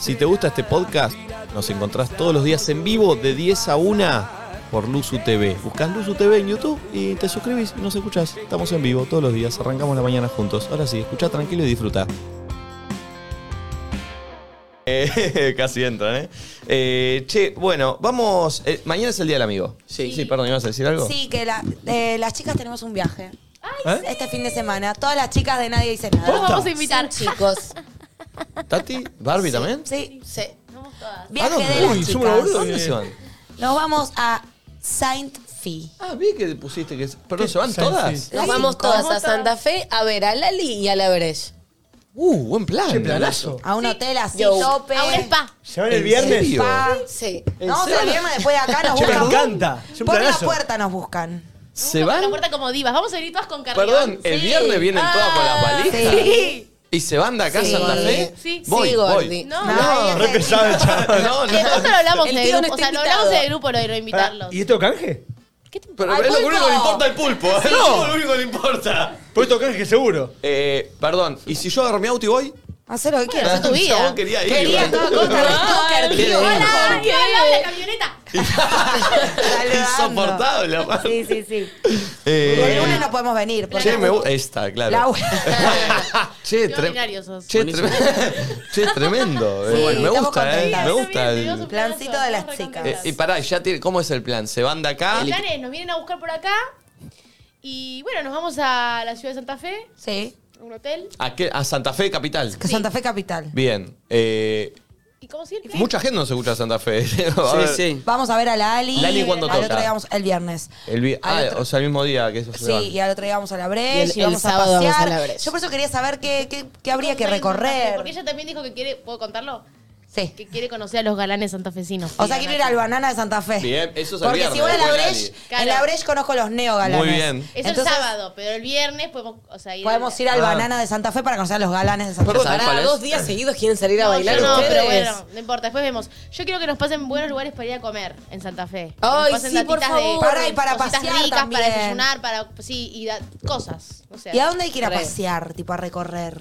Si te gusta este podcast, nos encontrás todos los días en vivo de 10 a 1 por Luzu TV. Buscás Luzu TV en YouTube y te suscribís y nos escuchás. Estamos en vivo todos los días, arrancamos la mañana juntos. Ahora sí, escucha tranquilo y disfruta. Eh, casi entran, ¿eh? Eh, Che, bueno, vamos. eh, mañana es el día del amigo. Sí. Sí, perdón, ¿ibas a decir algo? Sí, que la- eh, las chicas tenemos un viaje. ¿Eh? Este fin de semana. Todas las chicas de nadie dicen nada. Nos vamos a invitar. chicos. ¿Tati? ¿Barbie también? Sí, sí. ¿A Viaje dónde? de las Uy, chicas. somos los boludos. eh. ¿Dónde se van? Nos vamos a Saint Fee. Ah, vi que pusiste que. Perdón, ¿se van Saint todas? Fi. Nos vamos todas a todas. Santa Fe, a ver a Lali y a la Breche. Uh, buen plan. Qué planazo. A un hotel así, Yo. tope. A un spa. ¿Se van el ¿En viernes? serio? spa. Sí. ¿En Nos vamos a serio? viernes después de acá. Nos Che, me buscan. encanta. Es un Por la planazo. puerta nos buscan. ¿Se Por la van? puerta como divas. Vamos a venir todas con carrión. Perdón, Sí. el Ah. viernes vienen todas Ah, con las valijas. Sí. ¿Y se van de acá a Sí. Santa Fe? Sí. voy, Sí, voy. Gordi. No, Nadie Re se- pesado el chaval. No, Y después no. se lo hablamos El en el tío no grupo. O está sea, lo hablamos invitado. en el grupo lo Ah, de Pará, invitarlos. ¿Y esto canje? Pero Al es lo único que le pulpo. importa al pulpo. ¿eh? No, lo único que le importa. Pues esto canje seguro. Eh, perdón, ¿y si yo agarro mi auto y voy? Hacé lo que quieras. Hacé tu vida. este Chabón quería ir. Quería ¿verdad? toda costa, re stalker, tío. ¡Hola! Hola. ¡Qué hola, la camioneta! Insoportable, aparte. Sí, sí, sí. El lunes Eh, no podemos venir. porque- che, me gu- Esta, claro. La- Qué Che, tre- ordinario sos. che, tremendo. che, tremendo. Eh, Sí, bueno, me estamos gusta, eh. contentas. Me Está gusta. bien, el- tenemos un Plancito planazo, de las estamos chicas. Eh, recontentas. y pará, ya tiene, ¿cómo es el plan? ¿Se van de acá? El plan es, nos vienen a buscar por acá. Y bueno, nos vamos a la ciudad de Santa Fe, Sí. a un hotel. ¿A, qué? a Santa Fe, capital. Que Santa Fe Capital. Bien. Eh, ¿Y cómo sirve? mucha gente no se escucha a Santa Fe. sí, sí. Vamos a ver a la Ali. Lali, ¿cuándo Al toca? otro día vamos el viernes. El vi- Al ah, otro- o sea, el mismo día que eso se Sí, van. y al otro día vamos a la Y Breche el- y, el vamos a sábado pasear. vamos a la Breche. Yo por eso quería saber qué, qué- qué habría Vamos que a ir a Santa Fe, Porque recorrer. ella también dijo que quiere, ¿puedo contarlo? Sí. Que quiere conocer a los galanes santafesinos. O sea, quiero ir al Banana de Santa Fe. Bien, eso es el Porque viernes, si voy a la voy a la Breche, Ali. en la Claro. Breche conozco los neogalanes. Muy bien. Eso Eso Entonces, es sábado, pero el viernes podemos, o sea, ir Podemos ir al Ah. Banana de Santa Fe para conocer a los galanes de Santa Fe. Perdón, ¿sabes cuál Para es? dos días seguidos quieren salir a No, bailar yo no, pero ustedes. bueno, no importa, después vemos. Yo quiero que nos pasen buenos lugares para ir a comer en Santa Fe. Que Ay, nos pasen sí, por datitas de- favor. Para y para cositas pasear ricas, también. para desayunar, para sí, y da- cosas, o sea. ¿Y a dónde hay que ir a Re. pasear, tipo a recorrer?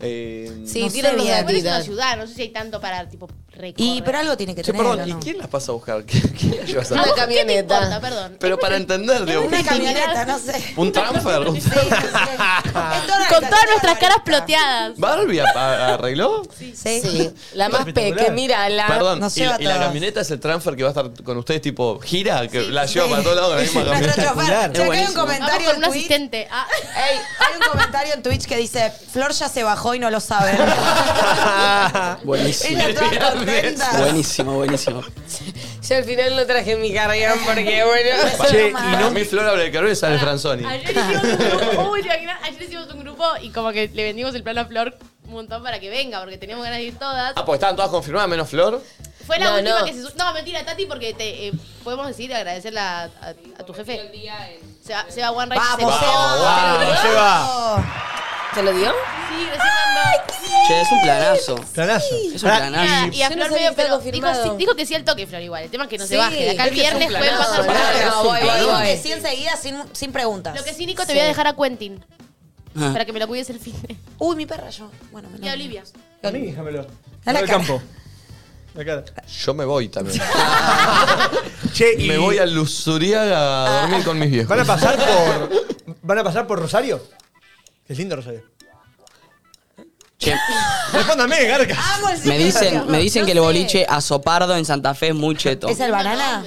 Eh, Sí, No sé, tiran igual es los de Igual es una Adidas. ciudad, no sé si hay tanto para tipo recorrer. Y, pero algo tiene que che, tener, perdón, ¿o ¿y no? quién las pasa a buscar? ¿Quién, quién las lleva a Una Santa Fe? ¿Qué te camioneta. importa? Perdón. Pero para entender, digo, Una camioneta, Mirar. no sé. un transfer. Sí, un- sí, sí. Con todas nuestras caras ploteadas. ¿Barbie apa- arregló? Sí. Sí, la más peque, Espectacular. mírala. Perdón, Nos y, lleva la- a y la todas. camioneta es el transfer que va a estar con ustedes, tipo gira, que la lleva Sí. para todos lados en la misma Nuestro camioneta. chofer. Che, acá hay un buenísimo. Vamos comentario con en un Twitch. asistente. Ah. Ey, hay un comentario en Twitch que dice, Flor ya se bajó y no lo sabe. Buenísimo. Ella toda contenta. Buenísimo, buenísimo. Yo al final no traje mi carrión porque, bueno. Che, y A no, mí Flora Blecarol sale Franzoni. Ayer hicimos un grupo, uy, te imaginas, ayer hicimos un grupo y como que le vendimos el plan a Flor un montón para que venga, porque teníamos ganas de ir todas. Ah, pues estaban todas confirmadas, menos Flor. Fue la No, última no. que se su- No, mentira, Tati, porque te, eh, podemos decir agradecerla a, a- a tu jefe. Seba, Seba One Right Vamos, se- Seba. Vamos, Seba. ¿Te lo dio? Sí, recién mandó. Che, es un planazo. Planazo. Es un planazo. Y a Yo no Flor medio, sabía que estaba pero dijo, confirmado. sí- dijo que sí al toque, Flor, igual. El tema es que no se Sí, baje. De acá el es que es viernes pueden planazo, pasar no, cosas. no, voy, voy, Digo que voy. sí enseguida, sin, sin preguntas. Lo que sí, Nico, te Sí. voy a dejar a Quentin. Ah. Para que me lo cuides el fin de... Uy, mi perra, yo. Bueno, me Y a Olivia. A mí, déjamelo. A la Al cara. campo. La cara. Yo me voy también. Che, y Me voy a Ah. Luzuriaga a dormir con mis viejos. ¿Van a pasar por. ¿Van a pasar por Rosario? Es lindo Rosario. Che, Respóndame, Garca. Amo el me dicen, silencio. me dicen No que el sé. boliche a Sopardo en Santa Fe es muy cheto. ¿Es el banana?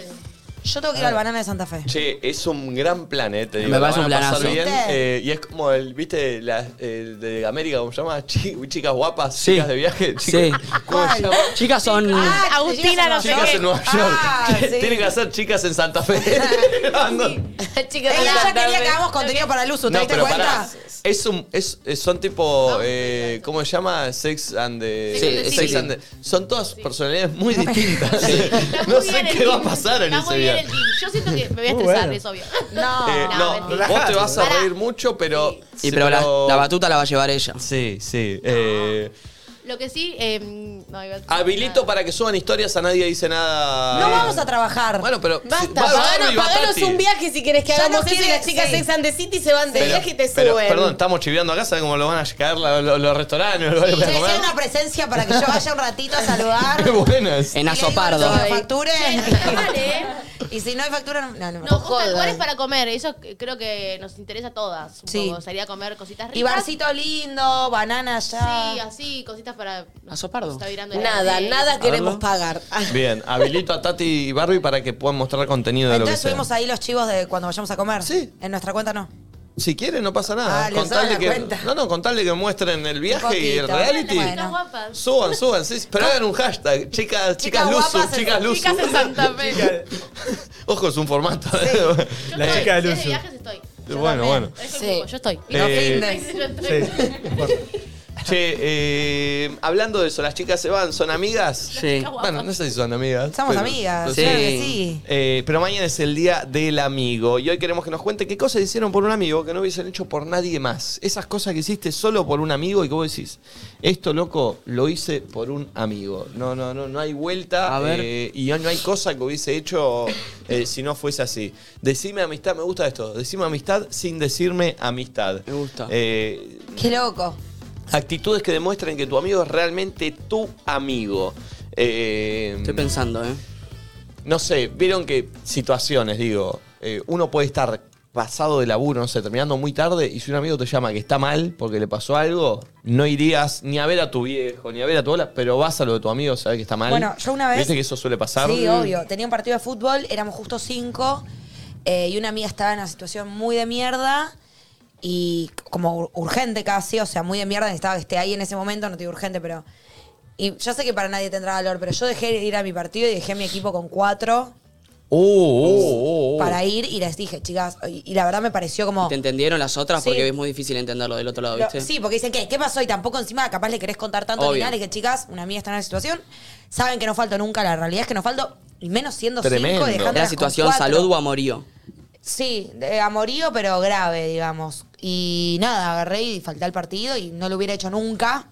Yo tengo que ir al banana de Santa Fe. Che, es un gran plan, eh, te digo. Me parece la un van a pasar planazo. bien, Sí. eh, y es como el, viste, la, el de América, ¿cómo se llama? Chi- chicas guapas, Sí. chicas de viaje. Sí. ¿Cómo se llama? Chicas son. Ah, Agustina, te llegas a no sé Nueva Chicas York. en Nueva York. Ah, sí. Tienen que hacer chicas en Santa Fe. Ando- Chicas, Ella ya quería que hagamos acabamos contenido para el uso, ¿te No, diste pero cuenta? pará. Es un, es, es- son tipo, eh, ¿cómo se llama? Sex and the... Sí, Sex sí. and the- Son todas personalidades muy distintas. Está muy No bien sé el qué va a team. pasar en Está ese muy bien viaje. el team. Yo siento que me voy a Muy estresar, bueno. es obvio. No. Eh, no, no, vos te mentira. vas a Pará. reír mucho, pero. Y sí, pero la, la batuta la va a llevar ella. Sí, sí. eh, Lo que sí. eh, no, iba a decir Habilito nada. para que suban historias, a nadie dice nada. Ah. No vamos a trabajar. Bueno, pero. Basta, va Barbie, paganos, va paganos Tati. un viaje si querés que Ya hagamos no eso y quiere- las chicas sí. ex and the City se van de Pero- viaje y te pero, suben. Perdón, estamos chiviando acá, ¿saben cómo lo van a caer la- lo- los restaurantes? los lugares Sí, para sí, comer? una presencia para que yo vaya un ratito a saludar. Qué buenas. En Azopardo. Y le digo que facture. Che, vale. Y si no hay factura, no. no, no. ¿eh? No, busca jodan. lugares para comer. Eso creo que nos interesa a todas. Un Sí. poco. Salir a comer cositas ricas. Y barcito lindo, banana ya. Sí, así, cositas para. Azopardo. Está virando el Nada, aire. nada queremos verlo. pagar. Bien, habilito a Tati y Barbie para que puedan mostrar contenido de Entonces lo que subimos sea. ahí los chivos de cuando vayamos a comer. Sí. En nuestra cuenta no. Si quieren, no pasa nada. Ah, les contarle hago la que, cuenta. no, no, contarle que muestren el viaje y el poquito. reality. Chicas Bueno. guapas. Suban, suban, sí, pero hagan un hashtag. Chicas, chicas, Chicas luzu, guapas en- chicas luzu. Chicas en Santa Fe. Ojo, es un formato. Yo La estoy, chica de si es Luzu. de viajes estoy. Yo Bueno, también. bueno. Parezco el Sí. cuco, Yo estoy. No Eh, findes. Yo estoy. Sí. Che, eh, hablando de eso, las chicas se van, ¿son amigas? Sí. Bueno, no sé si son amigas. Somos pero- amigas. Sí. claro que sí. Eh, pero mañana es el día del amigo y hoy queremos que nos cuente qué cosas hicieron por un amigo que no hubiesen hecho por nadie más. Esas cosas que hiciste solo por un amigo y que vos decís, esto loco lo hice por un amigo. No, no, no, no hay vuelta A ver. eh, y no hay cosa que hubiese hecho eh, si no fuese así. Decime amistad, me gusta esto. Decime amistad sin decirme amistad. Me gusta. Eh, Qué loco. actitudes que demuestren que tu amigo es realmente tu amigo. Eh, Estoy pensando, ¿eh? no sé, vieron que situaciones, digo, eh, uno puede estar pasado de laburo, no sé, terminando muy tarde, y si un amigo te llama que está mal porque le pasó algo, no irías ni a ver a tu viejo, ni a ver a tu abuela, pero vas a lo de tu amigo, sabes que está mal. Bueno, yo una vez- ¿Viste que eso suele pasar? Sí, obvio. Tenía un partido de fútbol, éramos justo cinco, eh, y una amiga estaba en una situación muy de mierda, y como ur- urgente casi, o sea, muy de mierda, necesitaba que esté ahí en ese momento, no te digo urgente, pero... Y yo sé que para nadie tendrá valor, pero yo dejé de ir a mi partido y dejé a mi equipo con cuatro Oh, oh, oh, oh. para ir, y les dije, chicas, y, y la verdad me pareció como... ¿Te entendieron las otras? Sí. Porque es muy difícil entenderlo del otro lado, Lo- ¿viste? sí, porque dicen, ¿qué? ¿Qué pasó? Y tampoco encima capaz le querés contar tanto Obvio. al final, es que chicas, una amiga está en una situación, saben que no falto nunca, la realidad es que no falto, y menos siendo Tremendo. cinco y dejándolas Era con situación cuatro. salud o amorío. Sí, de amorío, pero grave, digamos. Y nada, agarré y falté al partido y no lo hubiera hecho nunca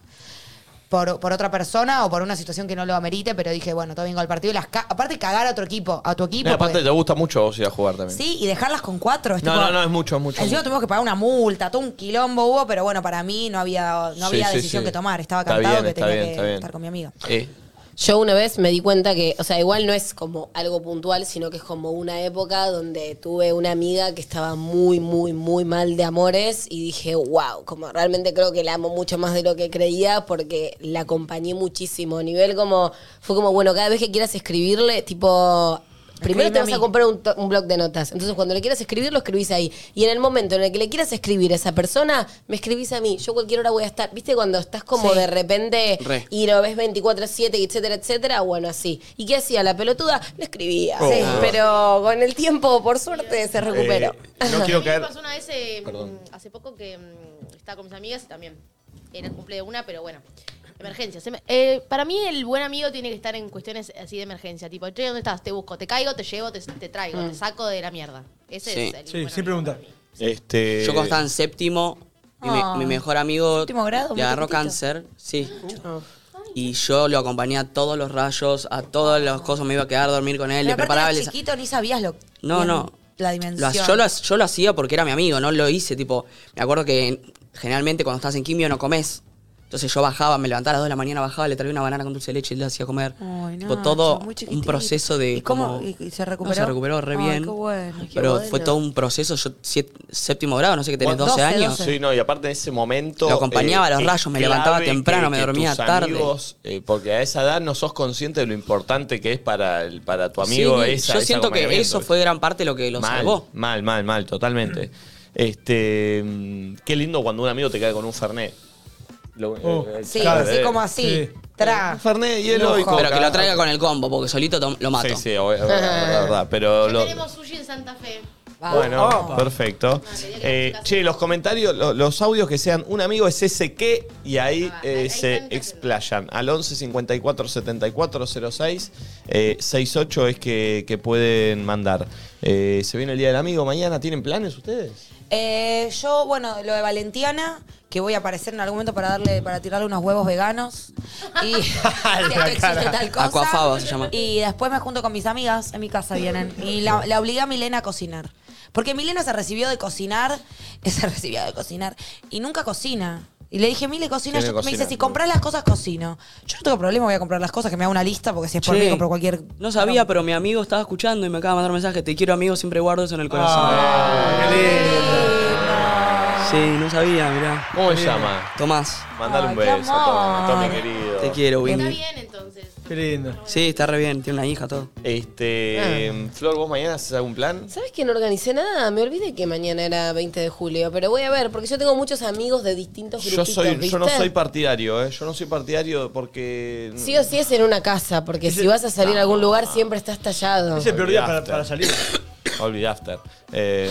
por, por otra persona o por una situación que no lo amerite, pero dije, bueno, todo bien con el partido. y Las ca- Aparte, cagar a otro equipo, a tu equipo. No, aparte porque- te gusta mucho vos ir a jugar también. Sí, y dejarlas con cuatro. es No, tipo- no, no, es mucho, es mucho. Encima tuvimos que pagar una multa, todo un quilombo hubo, pero bueno, para mí no había, no Sí, había sí, decisión sí. que tomar. Estaba Está cantado bien, que está tenía bien, que está bien. estar con mi amiga. Eh, Yo una vez me di cuenta que, o sea, igual no es como algo puntual, sino que es como una época donde tuve una amiga que estaba muy, muy, muy mal de amores y dije, wow, como realmente creo que la amo mucho más de lo que creía porque la acompañé muchísimo. Nivel como, fue como, bueno, cada vez que quieras escribirle, tipo... Primero Escribime te a vas mí. a comprar un, to- un blog de notas. Entonces, cuando le quieras escribir, lo escribís ahí. Y en el momento en el que le quieras escribir a esa persona, me escribís a mí. Yo cualquier hora voy a estar. ¿Viste cuando estás como Sí. de repente Re. y lo ves 24-7, etcétera, etcétera, bueno, así. ¿Y qué hacía la pelotuda? Le escribía. Oh. Sí, Pero con el tiempo, por suerte, se recuperó. eh, no quiero A mí caer. me pasó una vez eh, Perdón. mm, hace poco que mm, estaba con mis amigas y también era el cumple de una, pero bueno, emergencias. Em- eh, para mí el buen amigo tiene que estar en cuestiones así de emergencia, tipo, che, ¿dónde estás? Te busco, te caigo, te llevo, te, te traigo, te saco de la mierda. Ese Sí. es el Sí, buen sin amigo preguntar. para mí. Este, Yo cuando estaba en séptimo, mi, Ah. mi mejor amigo Séptimo grado, muy Ah. le agarró chiquitito. cáncer, sí. Y yo lo acompañé a todos los rayos, a todas las cosas, me iba a quedar a dormir con él, Pero le aparte preparaba... eras les- chiquito ni sabías lo No, bien no. La Lo dimensión. ha- yo, lo, ha- yo lo hacía porque era mi amigo, no lo hice. Tipo, me acuerdo que generalmente cuando estás en quimio no comes. Entonces yo bajaba, me levantaba a las 2 de la mañana, bajaba, le traía una banana con dulce de leche y le hacía comer. Ay, Tipo, Nacho, todo muy un chiquitito. proceso de. ¿Y cómo? como- ¿Y- y se No, recuperó? se recuperó re Ay, bien. qué bueno. Qué Pero bueno. fue todo un proceso. Yo, siete- séptimo grado, no sé qué tenés, Bueno, 12, 12, años. Sí. Sí, no, y aparte en ese momento. eh, Lo acompañaba a los es rayos, me clave levantaba temprano, me dormía tus tarde. amigos, eh, porque a esa edad no sos consciente de lo importante que es para, el- para tu amigo Sí, esa- yo ese siento que acompañamiento, eso ¿viste? fue gran parte lo que lo mal, salvó. Mal, mal, mal, totalmente. Este, mm, qué lindo cuando un amigo te cae con un Fernet. Lo- Oh, eh, Sí, claro, así eh. como así. Sí. Tra. Un Fernet, hielo y Lujo. coca. Pero que lo traiga con el combo, porque solito tom- lo mato. Sí, sí, obvio, es verdad, es verdad, pero Ya lo- tenemos sushi en Santa Fe. Vamos. Bueno, Oh, Opa. perfecto. quería que Eh, las chicas- che, los comentarios, lo- los audios que sean un amigo es ese que y ahí Ah, eh, ahí se están explayan. Al 11 54 74 06 eh, 68 es que, que pueden mandar. Eh, se viene el día del amigo mañana. ¿Tienen planes ustedes? Eh, yo, bueno, lo de Valentiana, que voy a aparecer en algún momento para darle, para tirarle unos huevos veganos. Y si es que existe tal cosa. Aquafaba se llama. Y después me junto con mis amigas, en mi casa vienen. Y la, la obligué a Milena a cocinar. Porque Milena se recibió de cocinar, se recibió de cocinar, y nunca cocina. Y le dije, Mile, cocina. Sí, Yo- no me cocina. dice, si compras las cosas, cocino. Yo no tengo problema, voy a comprar las cosas, que me haga una lista, porque si es por Che, mí, compro cualquier... No sabía, pero mi amigo estaba escuchando y me acaba de mandar un mensaje. Te quiero, amigo, siempre guardo eso en el corazón. Ah, qué lindo. Sí, no sabía, mirá. ¿Cómo se llama? Tomás, Mandale un Ay, beso qué a Tommy, amor. Tommy querido. te quiero, Está Winnie. bien, entonces. Qué lindo. Sí, está re bien, tiene una hija, todo. Este, Eh. Flor, ¿vos mañana haces algún plan? ¿Sabes que no organicé nada? Me olvidé que mañana era 20 de julio, pero voy a ver, porque yo tengo muchos amigos de distintos Yo grupitos, soy, yo no ¿viste? soy partidario, ¿eh? Yo no soy partidario porque... Sí o sí es en una casa, porque si vas a salir a algún lugar siempre estás tallado. Es el peor día para, Olvidaste. para salir. Olvidé after. Eh,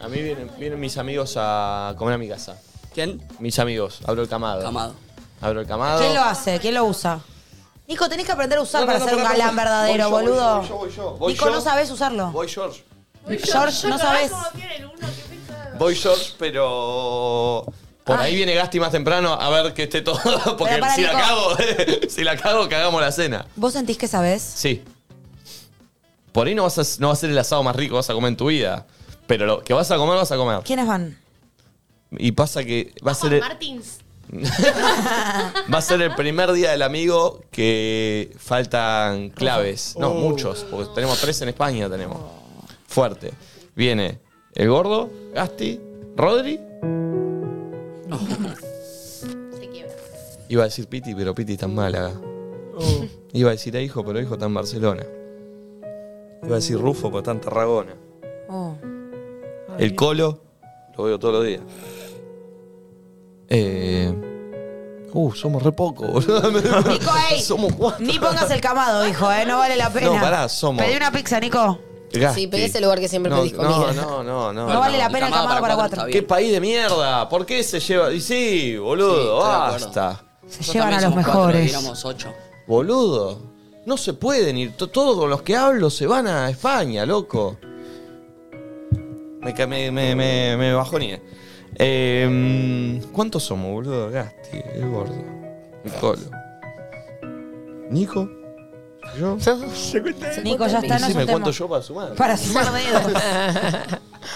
a mí vienen, vienen mis amigos a comer a mi casa. ¿Quién? Mis amigos. Abro el camado. Camado. Abro el camado. ¿Quién lo hace? ¿Quién lo usa? Nico, tenés que aprender a usar Oh. No, no, para no, ser un pará, pará, galán pará. verdadero, Voy yo, voy boludo. yo, voy yo, voy Nico, yo. no sabés usarlo. Voy George. George, no sabés. Voy George, pero... Por ahí viene Gasti más temprano a ver que esté todo. Porque Pero pará, si la Nico. cago, si la cago, cagamos la cena. ¿Vos sentís que sabés? Sí. Por ahí no vas, a, no va a ser el asado más rico que vas a comer en tu vida. Pero lo que vas a comer, vas a comer. ¿Quiénes van? Y pasa que va a ser Juan el, Martins. va a ser el primer día del amigo que faltan claves. No, muchos. Porque tenemos tres en España, tenemos. Fuerte. Viene el gordo, Gasti, Rodri. Se quiebra. Iba a decir Piti, pero Piti está en Málaga. Iba a decir a hijo, pero hijo está en Barcelona. Iba a decir Rufo, pero está en Tarragona. Oh. El colo, lo veo todos los días. Eh, uh, somos re poco, boludo. Nico, ey. Somos cuatro. Ni pongas el camado, hijo, eh. No vale la pena. No, pará, somos- Pedí una pizza, Nico. Gasti. Sí, pedí ese lugar que siempre no, pedís No, comida. no, no, no. No, vale la el pena el camado para cuatro. está bien. ¡Qué país de mierda! ¿Por qué se lleva? Y sí, boludo, Sí, estoy de basta. Se Nosotros llevan a los también somos cuatro, mejores. éramos ocho. Boludo. No se pueden ir. To- Todos con los que hablo se van a España, loco. Me, ca- me, me, me, me bajoneé. Eh, ¿Cuántos somos, boludo? Gasti, el gordo. El colo. Nico. Yo. Nico, ya está, Y no sí, es me un tema. cuento yo para sumar. Para sumar dedos.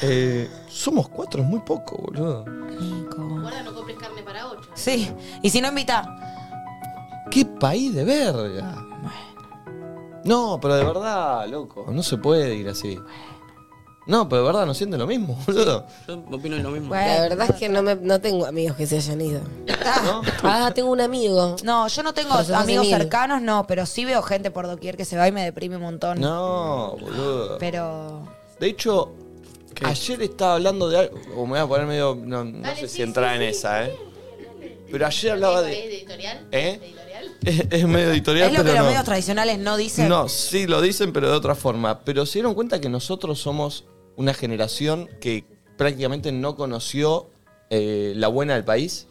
Eh, somos cuatro, es muy poco, boludo. Nico. Guarda, no compres carne para ocho. Sí, y si no invita. ¡Qué país de verga! No, pero de verdad, loco. No se puede ir así. No, pero de verdad no sienten lo mismo, boludo. Yo opino lo mismo. Bueno. La verdad es que no, me, no tengo amigos que se hayan ido. Ah, Ah, tengo un amigo. No, yo no tengo Pero sos amigos Emil. cercanos, no, pero sí veo gente por doquier que se va y me deprime un montón. No, boludo. Pero. De hecho, ayer estaba hablando de algo. O me voy a poner medio. No, no Dale, sé sí, si entra sí, en sí. esa, ¿eh? Pero ayer hablaba ¿Es de. editorial? ¿Eh? ¿Editorial? Es, es medio editorial, Es lo que pero los no. medios tradicionales no dicen. No, sí lo dicen, pero de otra forma. Pero se dieron cuenta que nosotros somos una generación que prácticamente no conoció eh, la buena del país.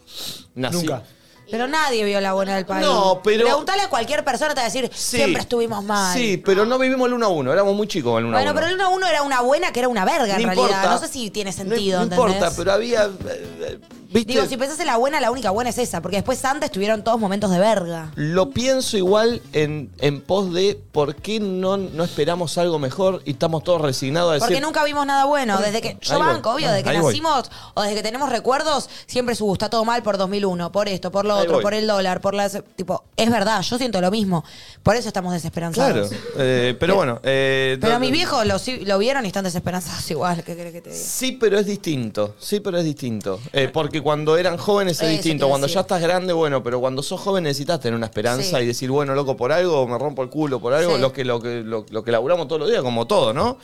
Nací- Nunca. Pero nadie vio la buena del país. No, pero- Preguntale a cualquier persona, te va a decir, Sí. siempre estuvimos mal. Sí, pero no vivimos el 1 a 1. Éramos muy chicos en el 1 a 1. bueno, pero el 1 a 1 era una buena que era una verga en realidad. No sé si tiene sentido, No, ¿entendés? importa, pero había. eh, eh, ¿Viste? Digo, si pensás en la buena, la única buena es esa, porque después antes tuvieron todos momentos de verga. Lo pienso igual en, en pos de por qué no, no esperamos algo mejor y estamos todos resignados a decir. Porque nunca vimos nada bueno. Desde que. Yo Ahí voy. banco, obvio, desde que Ahí voy. nacimos o desde que tenemos recuerdos, siempre su está todo mal por 2001, por esto, por lo Ahí otro, voy. por el dólar, por las. Tipo, es verdad, yo siento lo mismo. Por eso estamos Claro. desesperanzados. eh, pero bueno. eh, Pero no- mis viejos lo, sí- lo vieron y están desesperanzados igual. ¿Qué crees que te diga? Sí, pero es distinto. Sí, pero es distinto. Eh, porque cuando eran jóvenes Eh, Eso es te distinto. iba a Cuando decir. ya estás grande, bueno, pero cuando sos joven necesitas tener una esperanza Sí. y decir, bueno, loco, por algo, me rompo el culo, por algo, Sí. lo, que, lo, que, lo, lo que laburamos todos los días, como todo, ¿no?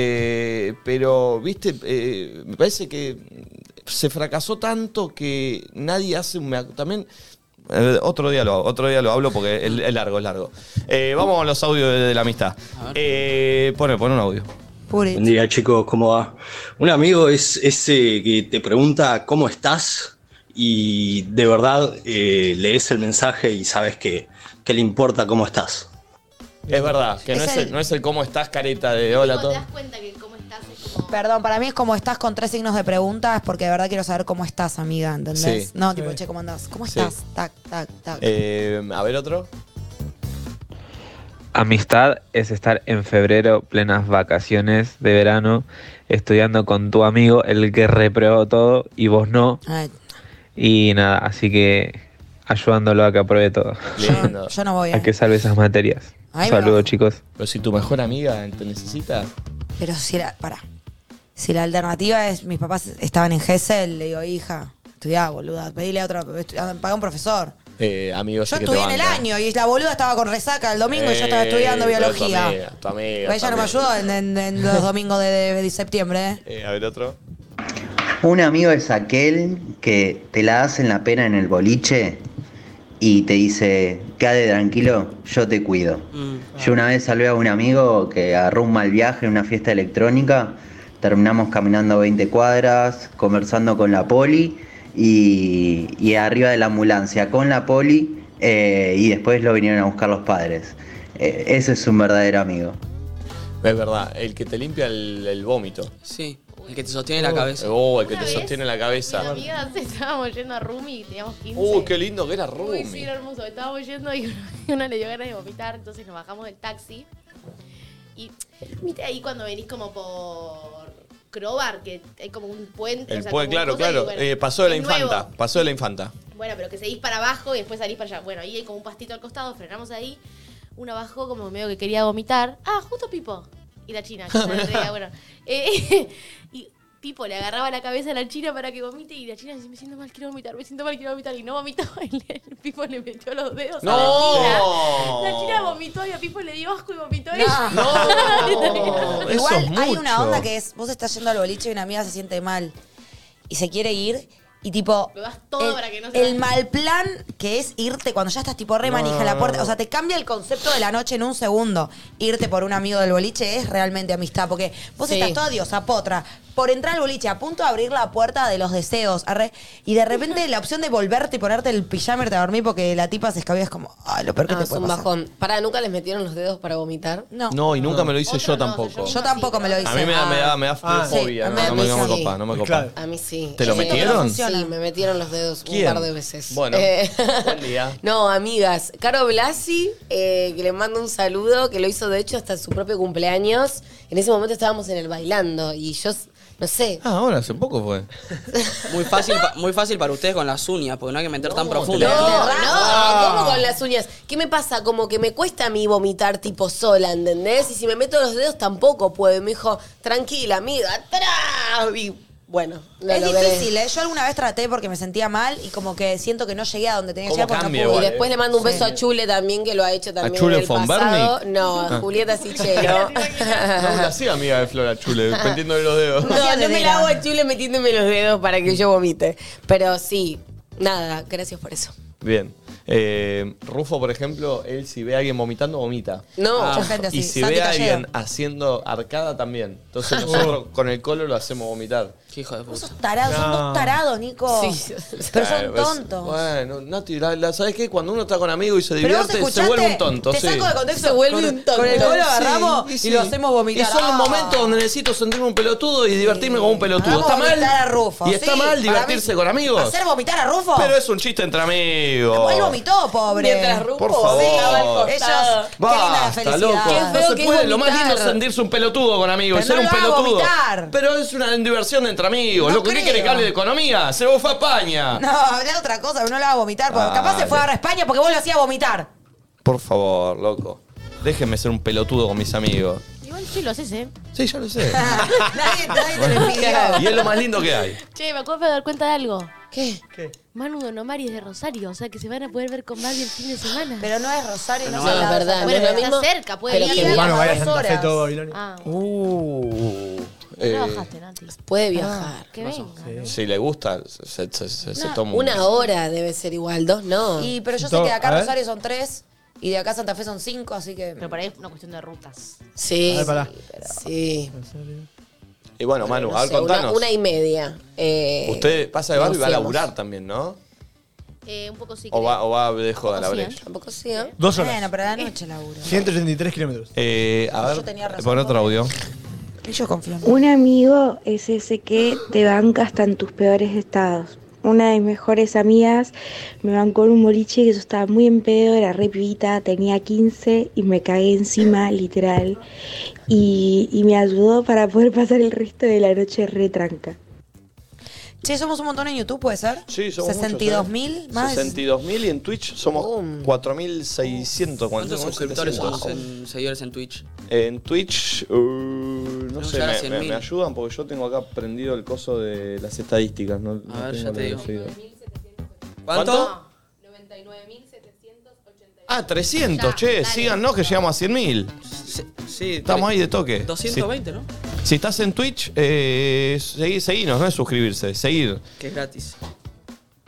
Eh, pero, viste, eh, me parece que se fracasó tanto que nadie hace un... mea- También... eh, Otro día lo hago, otro día lo hablo porque es, es largo, es largo. Eh, vamos a los audios de, de la amistad. Eh, pone, pone un audio. Pobre. Buen día chicos, ¿cómo va? Un amigo es ese que te pregunta cómo estás y de verdad eh, lees el mensaje y sabes que, que le importa cómo estás. Es verdad, que no, Es es el, el- no es el cómo estás careta de hola Tipo, todo. te das cuenta que cómo estás es Perdón, para mí es como estás con tres signos de preguntas porque de verdad quiero saber cómo estás, amiga, ¿entendés? Sí. No, tipo, che, ¿cómo andás? ¿Cómo Sí. estás? Tac, tac, tac. Eh, a ver otro. Amistad es estar en febrero, plenas vacaciones de verano, estudiando con tu amigo, el que reprobó todo y vos no. Ay, Y nada, así que ayudándolo a que apruebe todo, Lindo. yo, yo no voy. a eh. que salve esas materias. Ay, Saludos bro. chicos. Pero si tu mejor amiga te necesita, Pero si la, pará. Si la alternativa es, mis papás estaban en Gesell, le digo, hija, estudiá, boluda, pedile a otro, estu- paga un profesor. eh, amigo, Yo sé que te estudié en el banca. año y la boluda estaba con resaca el domingo y yo estaba Eh, estudiando pero es biología. Tu amiga, tu amiga, Pero ella no me también. ayudó en, en- en los domingos de, de- de septiembre, ¿eh? Eh, a ver otro. Un amigo es aquel que te la hace en la pena en el boliche y te dice, quédate tranquilo, yo te cuido. Mm. Yo una vez salvé a un amigo que agarró un mal viaje en una fiesta electrónica, terminamos caminando 20 cuadras, conversando con la poli y, y arriba de la ambulancia con la poli eh, y después lo vinieron a buscar los padres. Eh, ese es un verdadero amigo. Es verdad, el que te limpia el, el vómito. Sí, el que te sostiene la cabeza. Oh, el que Una te vez, sostiene la Mis cabeza. amigas estábamos yendo a Rumi y teníamos 15. Uh, qué lindo que era Uy, sí, Rumi. era hermoso. Estábamos yendo y una, y una le dio ganas de vomitar, entonces nos bajamos del taxi. Y viste ahí cuando venís como por Crobar, que hay como un puente. El o sea, puente, como claro, cosas, y claro. bueno, Eh, pasó de la es nuevo. infanta. Pasó de la infanta. Bueno, pero que seguís para abajo y después salís para allá. Bueno, ahí hay como un pastito al costado, frenamos ahí. Uno bajó como medio que quería vomitar. Ah, justo Pipo. Y la china. que está entrega, bueno. Eh, y Pipo le agarraba la cabeza a la china para que vomite y la china dice, me siento mal, quiero vomitar, me siento mal, quiero vomitar. Y no vomitó. Y le- el Pipo le metió los dedos a ¡No! la china. La china vomitó y a Pipo le dio asco y vomitó. y- No. ¡No! Eso Igual es hay mucho. una onda que es, vos estás yendo al boliche y una amiga se siente mal y se quiere ir y tipo Lo das todo el, para que no se el vaya. mal plan que es irte cuando ya estás tipo re manija en la puerta, o sea, te cambia el concepto de la noche en un segundo. Irte por un amigo del boliche es realmente amistad porque vos Sí. estás todo diosa potra por entrar al boliche a punto de abrir la puerta de los deseos arre, y de repente la opción de volverte y ponerte el pijama y irte a dormir porque la tipa se escabió es como, ah, lo peor que Ah, te es puede un pasar. bajón. Pará, ¿nunca les metieron los dedos para vomitar? No. No, y nunca me lo hice Otro yo no, tampoco. soy Yo tampoco me lo hice. a mí me da, me da, me da Ah. fobia, Sí, no, a no, mí me, no me sí. copa, no me copa. Claro. A mí sí. ¿Te Siento lo que metieron? no funciona. Sí, me metieron los dedos ¿Quién? un par de veces. Bueno, Eh, buen día. No, amigas. Caro Blasi, eh, que le mando un saludo, que lo hizo de hecho hasta su propio cumpleaños. En ese momento estábamos en el bailando y yo, s- no sé. Ah, ahora hace poco fue. Muy fácil, pa- muy fácil para ustedes con las uñas, porque no hay que meter tan profundo. No, no, ¿cómo con las uñas? ¿Qué me pasa? Como que me cuesta a mí vomitar tipo sola, ¿entendés? Y si me meto los dedos tampoco puedo. Y me dijo, tranquila, amiga, atrás. Y bueno, lo es logré. difícil, ¿eh? Yo alguna vez traté porque me sentía mal y como que siento que no llegué a donde tenía que ¿Cómo llegar porque cambia no Y igual, pude. después le mando un beso a Chule también, que lo ha hecho también. Chule Ah. en el von pasado. No, a Julieta Sichero. No, la hacía amiga de Flora Chule, metiéndole los dedos. no, no me Dedera. la hago a Chule metiéndome los dedos para que yo vomite. Pero sí, nada, gracias por eso. Bien. Eh, Rufo, por ejemplo, él si ve a alguien vomitando, vomita. Ah, No, Mucha gente así. y si Santi Ah. ve a Talledo. alguien haciendo arcada también. Entonces nosotros con el colo lo hacemos vomitar. Qué hijo de Vos puta. sos tarado, son dos tarados, Nico. Sí. Pero Eh, son ves- tontos. Bueno, Nati, la, la- ¿sabes qué? Cuando uno está con amigos y se Pero vos divierte, se escuchaste, vuelve un tonto. te sí. saco de contexto, Se vuelve con- un tonto. Con el Sí, culo agarramos Sí, y sí. lo hacemos vomitar. Y son los Ah. momentos donde necesito sentirme un pelotudo y divertirme como un pelotudo. Hagamos ¿Está mal? vomitar a Rufo, y está sí, para mal mí. divertirse con amigos. ¿Hacer vomitar a Rufo? Pero es un chiste entre amigos. Él vomitó, pobre. Mientras Rufo Por favor. estaba al costado. Ellos, qué linda la felicidad. loco. Qué feo no que se es puede. Lo más vomitar. lindo es sentirse un pelotudo con amigos. Pero ser no un lo haga pelotudo. vomitar. Pero es una diversión entre amigos. No lo que creo. quiere que hable de economía. Se vos fue a Paña. No, hablé de otra cosa, no lo haga vomitar. porque Capaz se Dale. fue ahora a España porque vos lo hacías vomitar. Por favor, loco. Déjenme ser un pelotudo con mis amigos. Igual sí lo haces, ¿eh? Sí, ya lo sé. nadie, nadie te lo pidió. y es lo más lindo que hay. Che, me acabo de dar cuenta de algo. ¿Qué? ¿Qué? Manu Donomari es de Rosario, o sea que se van a poder ver con Mavi el fin de semana. Pero no es Rosario, no, No, es al es lado de verdad, Santa no bueno, Fe. es lo pero está mismo, cerca, puede pero ir. que a viva. Bueno, Dos vaya a Santa Fe horas. todo, Babilonia. Ah, Uh. no eh, bajaste, Nati. Ah, Puede viajar. Que venga. ¿no? si le gusta, se, se- se- se toma un- Una hora debe ser igual, dos no. Y, pero yo sé Todo, que de acá a ver. Rosario son tres y de acá Santa Fe son cinco, así que. Pero para ahí es una cuestión de rutas. sí, A ver, pará. sí. Y bueno, Manu, No a ver, sé, una- contanos. Una, y media. Eh, Usted pasa de barrio y va a conocemos. laburar también, ¿no? Eh, un poco sí. O creo. va, o va de joda a la Sí, ¿eh? brecha. Tampoco sí, ¿eh? Dos horas. Bueno, pero a la noche laburo. 183 kilómetros. Eh, a Yo tenía ver, razón. pon otro audio. Ellos confían. Un amigo es ese que te banca hasta en tus peores estados. Una de mis mejores amigas me bancó en un boliche que yo estaba muy en pedo, era re pibita, tenía 15 y me cagué encima, literal. Y, y me ayudó para poder pasar el resto de la noche re tranca. Che, somos un montón en YouTube, ¿puede ser? Sí, somos 62 muchos, ¿eh? mil más. 62.000 y en Twitch somos 4.600. ¿Cuántos 4.700. suscriptores somos Wow. en seguidores en Twitch? En Twitch, uh, no sé, llegar a me, 100.000. me- me ayudan porque yo tengo acá prendido el coso de las estadísticas. No, no tengo ver, ya te lo de digo. los seguidores. ¿Cuánto? Ah, 300, che, síganos que llegamos a 100.000. Sí, sí, Estamos ahí de toque. 220, ¿no? Si, si estás en Twitch, eh, seguí- seguinos, no es suscribirse, seguir. Que es gratis.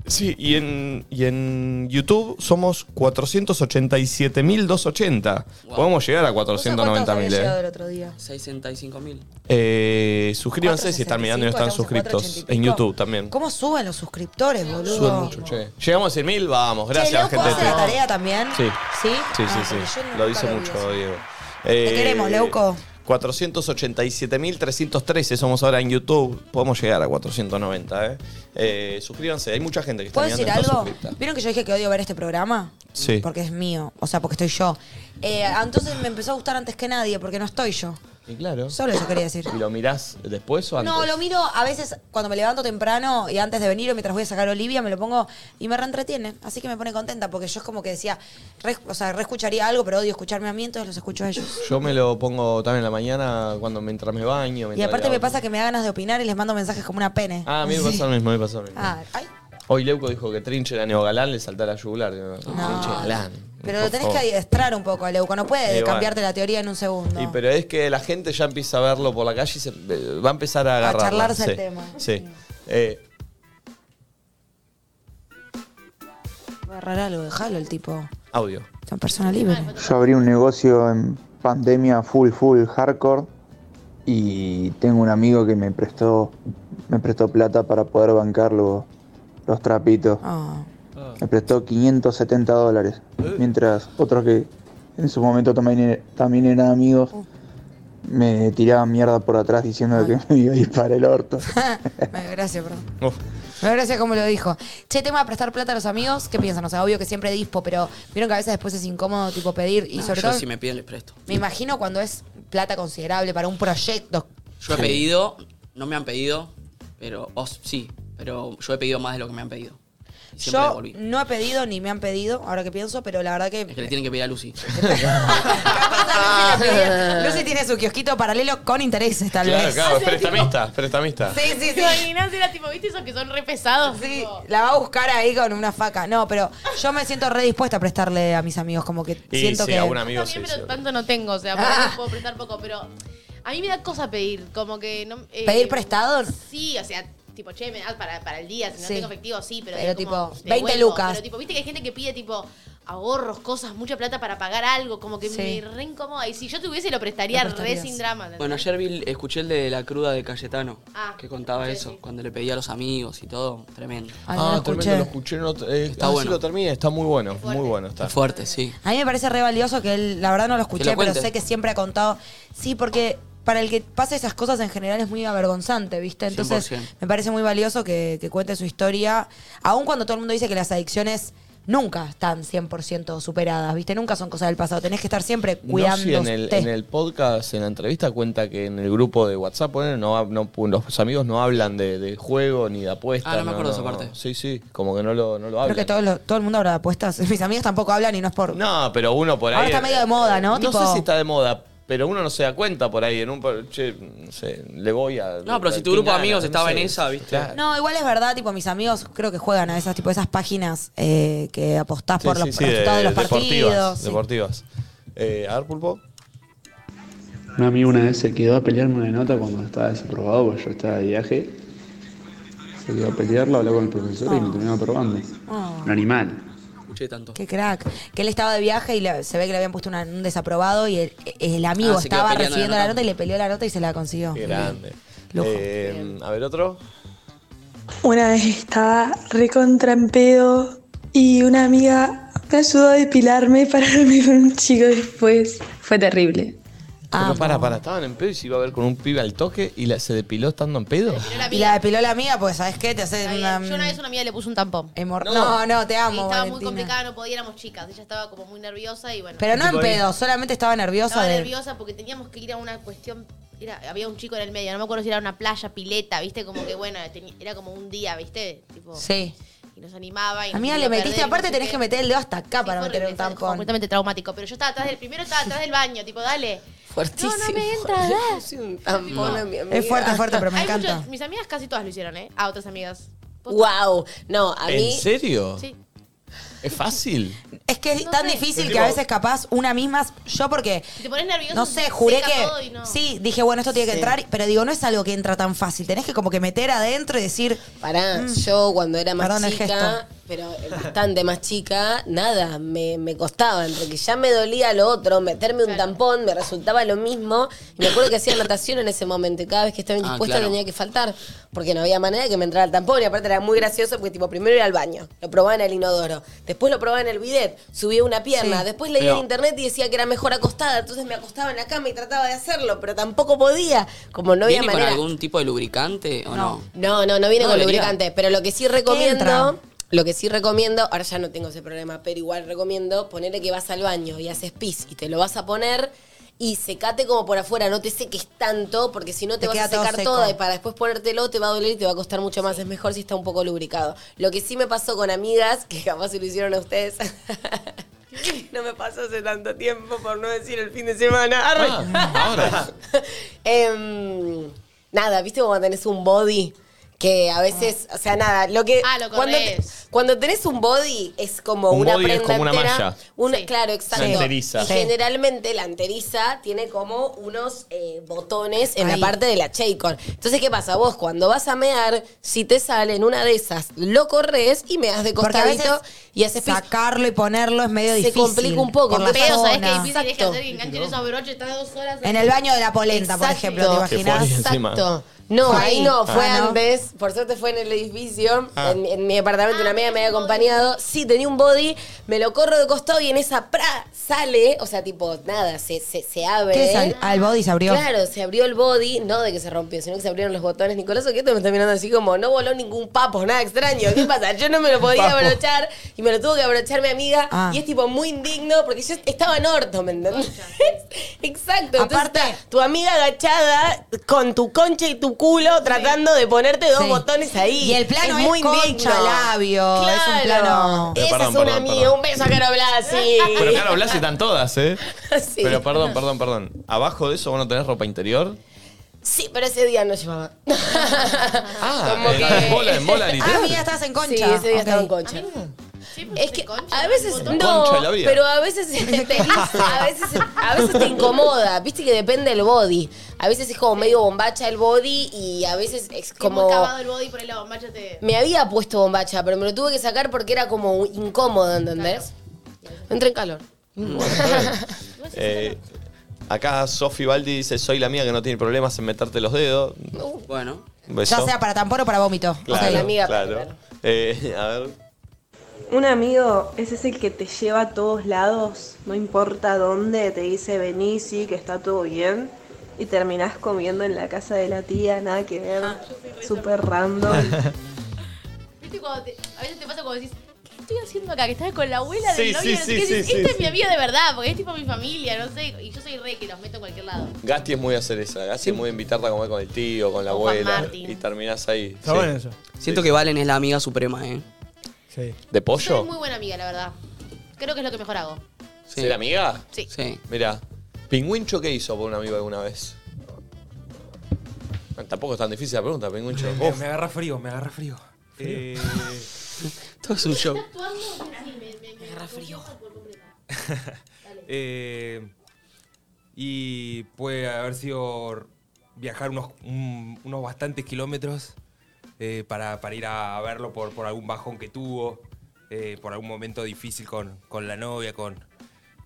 Sí, y en, y en YouTube somos 487.280. Podemos llegar No a sé cuántos había 490.000, eh. llegado el otro día. 65.000. Eh, suscríbanse si están mirando y no están 465, estamos suscritos. en 480 En y pico. YouTube también. ¿Cómo suben los suscriptores, boludo? Suben mucho, che. Llegamos a 100.000, vamos, Che, Leo, gracias, ¿puedo gente. de hacer la Twitch. tarea también? Sí. ¿Sí? Sí, Ah, porque sí, yo sí. nunca Lo dice vi mucho, eso. Diego. Eh, Te queremos, Leuco. 487.313 somos ahora en YouTube. Podemos llegar a 490, ¿eh? Eh, suscríbanse, hay mucha gente que está ¿Puedo mirando. decir y está algo? suscripta. ¿Vieron que yo dije que odio ver este programa? Sí. Porque es mío, o sea, porque estoy yo. Eh, entonces me empezó a gustar antes que nadie, porque no estoy yo. Y claro. Solo eso quería decir. ¿Y lo mirás después o antes? No, lo miro a veces cuando me levanto temprano y antes de venir o mientras voy a sacar a Olivia, me lo pongo y me reentretiene. Así que me pone contenta porque yo es como que decía, re- o sea, reescucharía algo, pero odio escucharme a mí, entonces los escucho a ellos. Yo me lo pongo también en la mañana cuando mientras me baño. Y mientras aparte grabo. me pasa que me da ganas de opinar y les mando mensajes como una pene. Ah, a mí me pasa lo mismo, a mí me pasa lo mismo. Ah, ay, Hoy Leuco dijo que Trinche era neogalán, le saltá la yugular. No, Trinche galán. pero por lo tenés que favor. adiestrar un poco, Leuco. No puede Eh, bueno. cambiarte la teoría en un segundo. Y pero es que la gente ya empieza a verlo por la calle y se, eh, va a empezar a agarrar. charlarse el tema. Sí. Eh, Va a agarrar algo, dejalo el tipo. audio. Es una persona libre. Yo abrí un negocio en pandemia full, full, hardcore y tengo un amigo que me prestó, me prestó plata para poder bancar lo- los trapitos. Ah. Me prestó 570 dólares, Eh. mientras otros que en su momento también, er- también eran amigos Uh. me tiraban mierda por atrás Ah. diciendo que me iba a ir para el orto. Me dio gracia, perdón. Me dio gracia como lo dijo. Che, tema de prestar plata a los amigos, ¿qué piensan? O sea, obvio que siempre dispo, pero vieron que a veces después es incómodo tipo pedir y No, sobre Ah, yo todo si me piden les presto. me imagino cuando es plata considerable para un proyecto. Yo he pedido, no me han pedido, pero o s- sí, pero yo he pedido más de lo que me han pedido. Y Siempre Yo devolví. no he pedido ni me han pedido, ahora que pienso, pero la verdad que Es que le tienen que pedir a Lucy. Capaz a Lucy le pidieron. Lucy tiene su kiosquito paralelo con intereses, tal Claro, vez. claro, prestamista, prestamista. Sí, sí, ¿Te sí. imaginas? Era tipo, ¿viste esos que son re pesados? Sí, Tipo, la va a buscar ahí con una faca. No, pero yo me siento redispuesta a prestarle a mis amigos, como que Y siento sí, que. a un amigo sí. también, sí. pero tanto no tengo, o sea, por ahí puedo prestar poco, pero a mí me da cosa pedir, como que no... eh, ¿Pedir prestado? Sí, o sea, tipo, che, me das para, para el día, si no Sí. tengo efectivo, sí, pero... Pero, digo, como, tipo, te 20 devuelvo. lucas. Pero tipo, viste que hay gente que pide tipo ahorros, cosas, mucha plata para pagar algo, como que Sí. me re incómoda. Y si yo tuviese lo prestaría, Lo prestarías. re sin drama. ¿entendés? Bueno, ayer vi- escuché el de la cruda de Cayetano, Ah, que contaba sí, eso, sí. cuando le pedía a los amigos y todo. Ah, Tremendo. Ay, Ah, no lo escuché. Ah, lo escuché. No, eh, Está ah, sí bueno. lo terminé, está muy bueno, muy bueno está. Fuerte, sí. A mí me parece re valioso que él, la verdad no lo Que escuché, lo pero cuente. sé que siempre ha contado. Sí, porque para el que pasa esas cosas en general es muy avergonzante, ¿viste? Entonces 100%. me parece muy valioso que, que cuente su historia, aun cuando todo el mundo dice que las adicciones nunca están 100% superadas, ¿viste? Nunca son cosas del pasado, tenés que estar siempre No, cuidándote. si en el, en el podcast, en la entrevista, cuenta que en el grupo de WhatsApp, ponele, no, hab- no pu- los amigos no hablan de, de juego ni de apuestas. Ah, no me acuerdo esa parte. Sí, sí, como que no lo, no lo hablan. Creo que todo, lo- todo el mundo habla de apuestas. Mis amigos tampoco hablan y no es por... No, pero uno por ahí. Ahora está medio de moda, ¿no? No Tipo- sé si está de moda, pero uno no se da cuenta por ahí. En un par- che, no sé, le voy a. No, pero si tu a grupo de Tingana, amigos no estaba sé. en esa, ¿viste? Claro. No, igual es verdad, tipo, mis amigos creo que juegan a esas, tipo, esas páginas eh, que apostás Sí, por sí, los sí, resultados de, los partidos. deportivas. sí. deportivas. Eh, a ver, Pulpo. Un amigo una vez se quedó a pelearme una nota cuando estaba desaprobado, porque yo estaba de viaje. Se quedó a pelearla, habló con el profesor y me terminó aprobando. Oh, Un animal. Escuché tanto. qué crack. Que él estaba de viaje y le- se ve que le habían puesto una- un desaprobado y el, el amigo Ah, se quedó estaba peleando la recibiendo la nota. nota y le peleó la nota y se la consiguió. Qué grande. Lujo. Eh, a ver, otro. Una vez estaba recontra en pedo y una amiga me ayudó a depilarme para dormir con un chico después. Fue terrible. Pero Amo. para, para, estaban en pedo y se iba a ver con un pibe al toque y la- se depiló estando en pedo. Y la depiló la amiga, pues, ¿sabes qué? Te hace una... Yo una vez a una amiga le puse un tampón. No, no, te Y estaba amo, muy Valentina. complicada, no podíamos chicas. Ella estaba como muy nerviosa y bueno. Pero no en pedo, solamente estaba nerviosa Estaba de... nerviosa porque teníamos que ir a una cuestión. Era, había un chico en el medio, no me acuerdo si era una playa, pileta, viste, como que bueno, tenía- era como un día, viste, tipo. Sí. Y nos animaba. Y nos Amiga, iba le a metiste, perder y no aparte sé tenés qué. que meter el dedo hasta acá para meter un tampón. completamente traumático. Pero yo estaba atrás del primero, estaba atrás del baño, tipo, dale. Fuertísimo. No, no me entra, Le da. puse un tampón a mi amiga. Es fuerte, fuerte, pero me Hay encanta. muchos- mis amigas casi todas lo hicieron, ¿eh? A otras amigas. Wow, no, a ¿En mí. serio? Sí. Es fácil. Es que es tan difícil Es que a tipo- veces capaz una misma... Yo porque... Te pones nervioso. No se sé, te juré seca todo que... y no. Sí, dije, bueno, esto tiene que Sí. entrar, pero digo, no es algo que entra tan fácil. Tenés que como que meter adentro y decir... Pará, Mm. yo cuando era más Perdón el chica, gesto. pero bastante más chica, nada, me, me costaba, entre que ya me dolía lo otro, meterme un tampón, me resultaba lo mismo. Y me acuerdo que hacía natación en ese momento y cada vez que estaba indispuesta Ah, claro. tenía que faltar, porque no había manera de que me entrara el tampón. Y aparte era muy gracioso porque tipo, primero iba al baño, lo probaba en el inodoro, después lo probaba en el bidet, subía una pierna, Sí. después leía Pero- en internet y decía que era mejor acostada, entonces me acostaba en la cama y trataba de hacerlo, pero tampoco podía, como no había ¿Viene con manera. algún tipo de lubricante o no? No, no, no viene No con debería. lubricante, pero lo que sí entra? recomiendo, lo que sí recomiendo, ahora ya no tengo ese problema, pero igual recomiendo ponerle que vas al baño y haces pis y te lo vas a poner y secate como por afuera, no te seques tanto porque si no te, Te vas queda a todo secar seco. toda y para después ponértelo te va a doler y te va a costar mucho más, es mejor si está un poco lubricado. Lo que sí me pasó con amigas, que jamás se lo hicieron a ustedes. No me pasó hace tanto tiempo, por no decir el fin de semana. Arre. Ah. Ahora. Em, nada, ¿viste cuando tenés un body? Que a veces, o sea, nada, lo que. Ah, lo cuando, te- corres. cuando tenés un body es como Un una body es prenda como una entera, malla. una- Claro, exacto. enteriza. Y Sí. generalmente la enteriza tiene como unos eh, botones en Ahí. la parte de la chaycon. Entonces, ¿qué pasa? Vos cuando vas a mear, si te sale en una de esas, lo corres y meas de Porque a veces costadito y haces pis. Sacarlo y ponerlo es medio Se difícil. complica un poco, por la pero Pero sabés que zona. es difícil es que Exacto. hacer que enganchen esos broches, estás dos horas. En el baño de la polenta, por ejemplo, ¿te Exacto. imaginas? Que fue encima. Exacto. No, ahí, Ahí. no, fue Ah, no. antes. Por suerte fue en el edificio, Ah. en, en mi apartamento, una amiga me había acompañado. Sí, tenía un body, me lo corro de costado y en esa pra sale, o sea, tipo, nada, se, se, se abre. ¿Qué es? Al, al body se abrió. Claro, se abrió el body, no de que se rompió, sino que se abrieron los botones. Nicolás Oquieto me está mirando así como, no voló ningún papo, nada extraño. ¿Qué pasa? Yo no me lo podía Papo. abrochar y me lo tuvo que abrochar mi amiga. Ah. Y es tipo muy indigno porque yo estaba en orto, ¿me entendés? Exacto. Entonces, Aparte- está tu amiga agachada con tu concha y tu culo tratando de ponerte dos Sí. botones ahí. Y el plano es indigno. concha, labio, es un plano- Esa Pero Eh, perdón, es una perdón, mía. perdón. Un beso a Caro Blasi. Pero claro, Blas están todas, ¿eh? Sí. Pero perdón, perdón, perdón. Abajo de eso vos no tenés ropa interior. Sí, pero ese día no llevaba. Ah, Como en que- bola, en bola, Ah, literal. mira, estás en concha. Sí, ese día Ok. estaba en concha. Sí, pues, Es te que concha, a veces botón. no, Concha la vida. pero a veces te, te- a veces a veces te incomoda, viste que depende del body. A veces es como medio bombacha el body y a veces es Que muy como cavado el body por el lado, macho, te. me había puesto bombacha, pero me lo tuve que sacar porque era como incómodo, ¿entendés? Entra en calor. Eh, acá Sofi Baldi dice, soy la mía que no tiene problemas en meterte los dedos. Bueno. Un beso. Ya sea para tampón o para vómito. Claro, la amiga, claro. claro. Eh, a ver, Un amigo es ese que te lleva a todos lados, no importa dónde, te dice vení, sí, que está todo bien, y terminás comiendo en la casa de la tía, nada que ver, Ah, súper random. ¿Viste cuando te- a veces te pasa cuando decís, ¿qué estoy haciendo acá? Que estás con la abuela Sí, del novio. sí, no sé sí, qué, sí, decís, sí, Este es sí. mi amigo de verdad, porque es tipo mi familia, no sé. Y yo soy re que los meto en cualquier lado. Gasti es muy de hacer esa. Gasti es muy de invitarte a comer con el tío, con la O Juan abuela. Martín. Y terminás ahí. Está Sí. bueno eso. Siento que Valen es la amiga suprema, ¿eh? Sí. ¿De Soy pollo? muy buena amiga, la verdad. Creo que es lo que mejor hago. ¿Ser amiga? Sí. Sí. Mira, Pingüincho, ¿qué hizo por un amigo alguna vez? Ah, Tampoco es tan difícil la pregunta, Pingüincho. Me, Vos. me agarra frío, me agarra frío. Eh, Todo es un show. Me agarra frío. eh, y puede haber sido viajar unos, un- unos bastantes kilómetros eh, para, para ir a verlo por, por algún bajón que tuvo, eh, por algún momento difícil con, con la novia, con,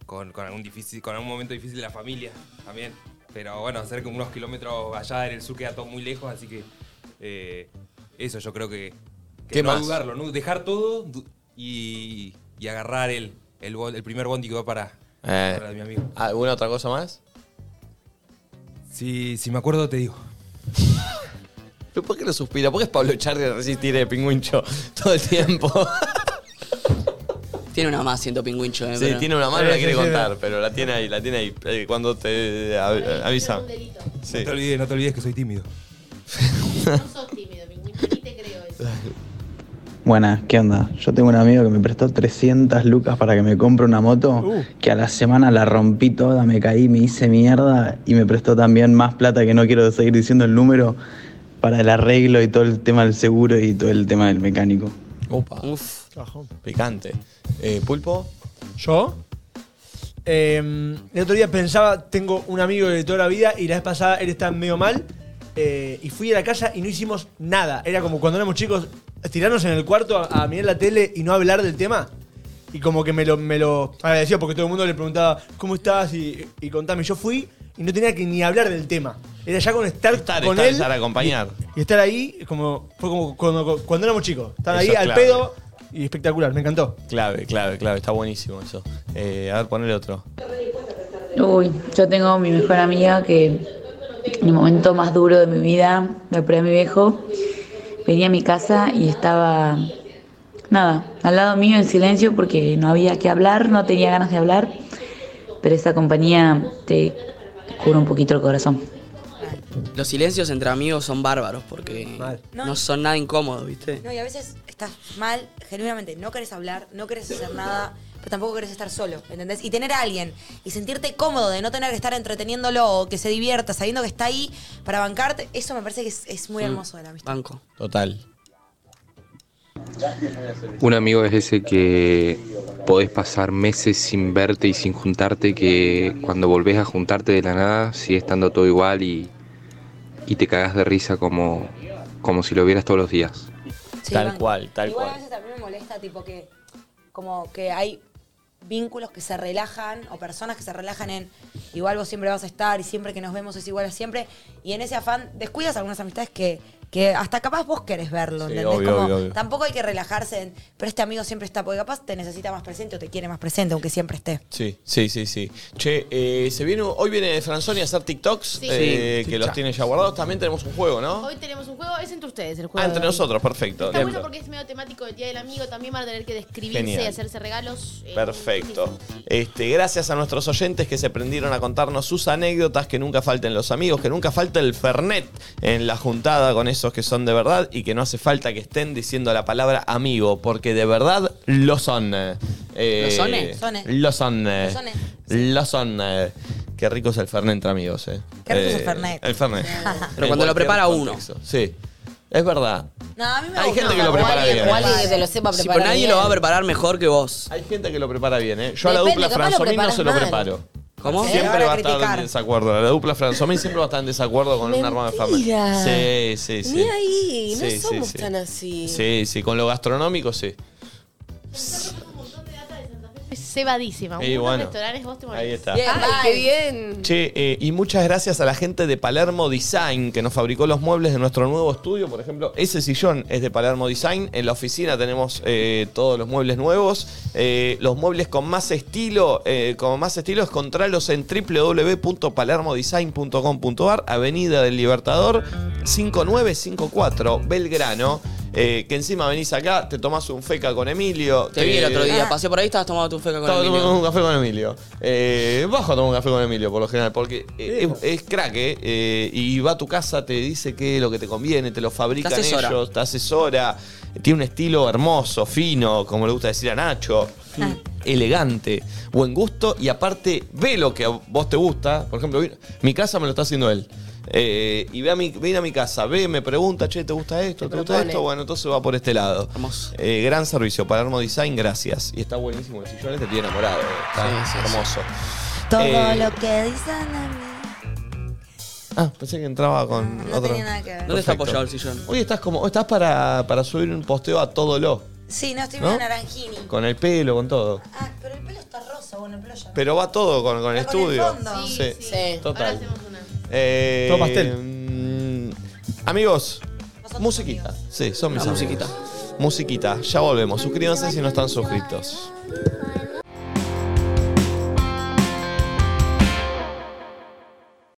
con, con algún difícil, con algún momento difícil de la familia también. Pero bueno, cerca de unos kilómetros allá en el sur queda todo muy lejos, así que eh, eso yo creo que, que ¿Qué no más? dudarlo, ¿no? dejar todo du- y, y agarrar el, el, bol- el primer bondi que va para, Eh, para mi amigo. ¿Alguna otra cosa más? Si, si me acuerdo, te digo. ¿Pero por qué no suspira? ¿Por qué es Pablo Charri resistir el pingüincho todo el tiempo? Tiene una más, siento pingüincho. eh, Sí, pero- tiene una mano, la quiere contar, pero la tiene ahí, la tiene ahí. Eh, Cuando te eh, av- avisa. No, te olvides, no te olvides que soy tímido. Buenas, ¿qué onda? Yo tengo un amigo que me prestó 300 lucas para que me compre una moto, Uh. que a la semana la rompí toda, me caí, me hice mierda y me prestó también más plata que no quiero seguir diciendo el número para el arreglo y todo el tema del seguro y todo el tema del mecánico. Opa. Uf. Picante. Eh, ¿Pulpo? ¿Yo? Eh, el otro día pensaba, tengo un amigo de toda la vida y la vez pasada él está medio mal. eh, y fui a la casa y no hicimos nada. Era como cuando éramos chicos, estirarnos en el cuarto a, a mirar la tele y no hablar del tema. Y como que me lo, me lo agradecía porque todo el mundo le preguntaba, ¿cómo estás? Y, y contame. Yo fui y no tenía que ni hablar del tema. Era ya con estar, Estar, con estar, él. estar, acompañar. Y estar ahí, como, fue como cuando, cuando éramos chicos. Estar ahí Eso es al clave. pedo y espectacular, me encantó. Clave, clave, clave. Está buenísimo eso. Eh, a ver, ponele otro. Uy, yo tengo mi mejor amiga que en el momento más duro de mi vida, la perdí a mi viejo, venía a mi casa y estaba, nada, al lado mío en silencio porque no había que hablar, no tenía ganas de hablar, pero esa compañía te cura un poquito el corazón. Los silencios entre amigos son bárbaros porque no son nada incómodos, ¿viste? No, y a veces estás mal, genuinamente, no querés hablar, no querés hacer nada, pero tampoco querés estar solo, ¿entendés? Y tener a alguien y sentirte cómodo de no tener que estar entreteniéndolo o que se divierta sabiendo que está ahí para bancarte, eso me parece que es, es muy Mm. hermoso de la amistad. Banco. Total. Un amigo es ese que podés pasar meses sin verte y sin juntarte, que cuando volvés a juntarte de la nada sigue estando todo igual y, y te cagás de risa como, como si lo vieras todos los días. tal cual, tal Igual a cual. veces también me molesta, tipo que, como que hay vínculos que se relajan o personas que se relajan en igual vos siempre vas a estar y siempre que nos vemos es igual a siempre. Y en ese afán descuidas algunas amistades que, que hasta capaz vos querés verlo, Sí, ¿entendés? obvio, Como, obvio, obvio. Tampoco hay que relajarse en, pero este amigo siempre está, porque capaz te necesita más presente o te quiere más presente, aunque siempre esté. Sí, sí, sí, sí. Che, eh, se viene, hoy viene Franzoni a hacer TikToks, eh, Sí. que los tiene ya guardados. También tenemos un juego, ¿no? Hoy tenemos un juego, es entre ustedes el juego. Ah, entre de hoy. nosotros, perfecto. Está Bien. bueno porque es medio temático del Día del Amigo, también van a tener que describirse Genial. y hacerse regalos. eh, Perfecto. Este, gracias a nuestros oyentes que se prendieron a contarnos sus anécdotas, que nunca falten los amigos, que nunca falta el Fernet en la juntada con esos que son de verdad y que no hace falta que estén diciendo la palabra amigo, porque de verdad lo son. Eh, ¿Lo sone? Sone. Lo son. Lo sone, Lo son. Qué rico es el Fernet entre amigos, eh. Qué rico es el Eh, Fernet. El Fernet. Pero En cuando lo cualquier prepara uno. contexto. Sí. Es verdad. No, a mí me Hay gusta. gente que lo o prepara alguien- bien. o alguien que te lo sepa Sí, preparar pero nadie bien. lo va a preparar mejor que vos. Hay gente que lo prepara bien, ¿eh? Yo a la Depende, dupla capaz lo Franzomín no se lo preparás mal. preparo. ¿Cómo? Siempre Eh, va a ahora estar criticar. en desacuerdo. La dupla Franzomín siempre va a estar en desacuerdo con un arma de fama. Mentira. Sí, sí, sí. Ni ahí, no Sí, sí, somos sí. tan así. Sí, sí, con lo gastronómico sí. Es cebadísima. Y Unos bueno, restaurantes vos te morís. ahí está. Bien, Ay, qué bien. Che, eh, y muchas gracias a la gente de Palermo Design que nos fabricó los muebles de nuestro nuevo estudio. Por ejemplo, ese sillón es de Palermo Design. En la oficina tenemos eh, todos los muebles nuevos. Eh, los muebles con más estilo, eh, con más estilos, contralos en www.palermodesign.com.ar, Avenida del Libertador, 5954, Belgrano. Eh, que encima venís acá, te tomás un feca con Emilio. Te vi el eh, otro día, pasé por ahí, estabas tomando tu feca con estaba el tomando niño. un café con Emilio. Eh, bajo a tomar un café con Emilio, por lo general, porque eh, es, es crack, eh, eh, y va a tu casa, te dice que lo que te conviene, te lo fabrican Te asesora. ellos, te asesora. Tiene un estilo hermoso, fino, como le gusta decir a Nacho. Ah. Elegante, buen gusto y aparte ve lo que a vos te gusta. Por ejemplo, vi- mi casa me lo está haciendo él. Eh, y ve a mi, viene a mi casa, ve, me pregunta, che, ¿te gusta esto? ¿Te gusta propone. esto? Bueno, entonces va por este lado. Eh, gran servicio, Palermo Design, gracias. Y está buenísimo el sillón, este tiene enamorado. eh. Está hermoso. Todo Eh, lo que dicen a mí. Ah, pensé que entraba con otro. tenía nada que ver. ¿Dónde está Perfecto. apoyado el sillón? Hoy estás como. Estás para, para subir un posteo a todo lo. Sí, no, estoy ¿No? medio naranjini. Con el pelo, con todo. Ah, pero el pelo está rosa, bueno, el pelo ya. Pero va todo con, con el Está con el estudio. fondo. Sí, sí. Total. Ahora hacemos una. Eh, Todo pastel. mm, Amigos, musiquita. Sí, son mis La amigos. Musiquita, ya volvemos. Suscríbanse si no están suscritos.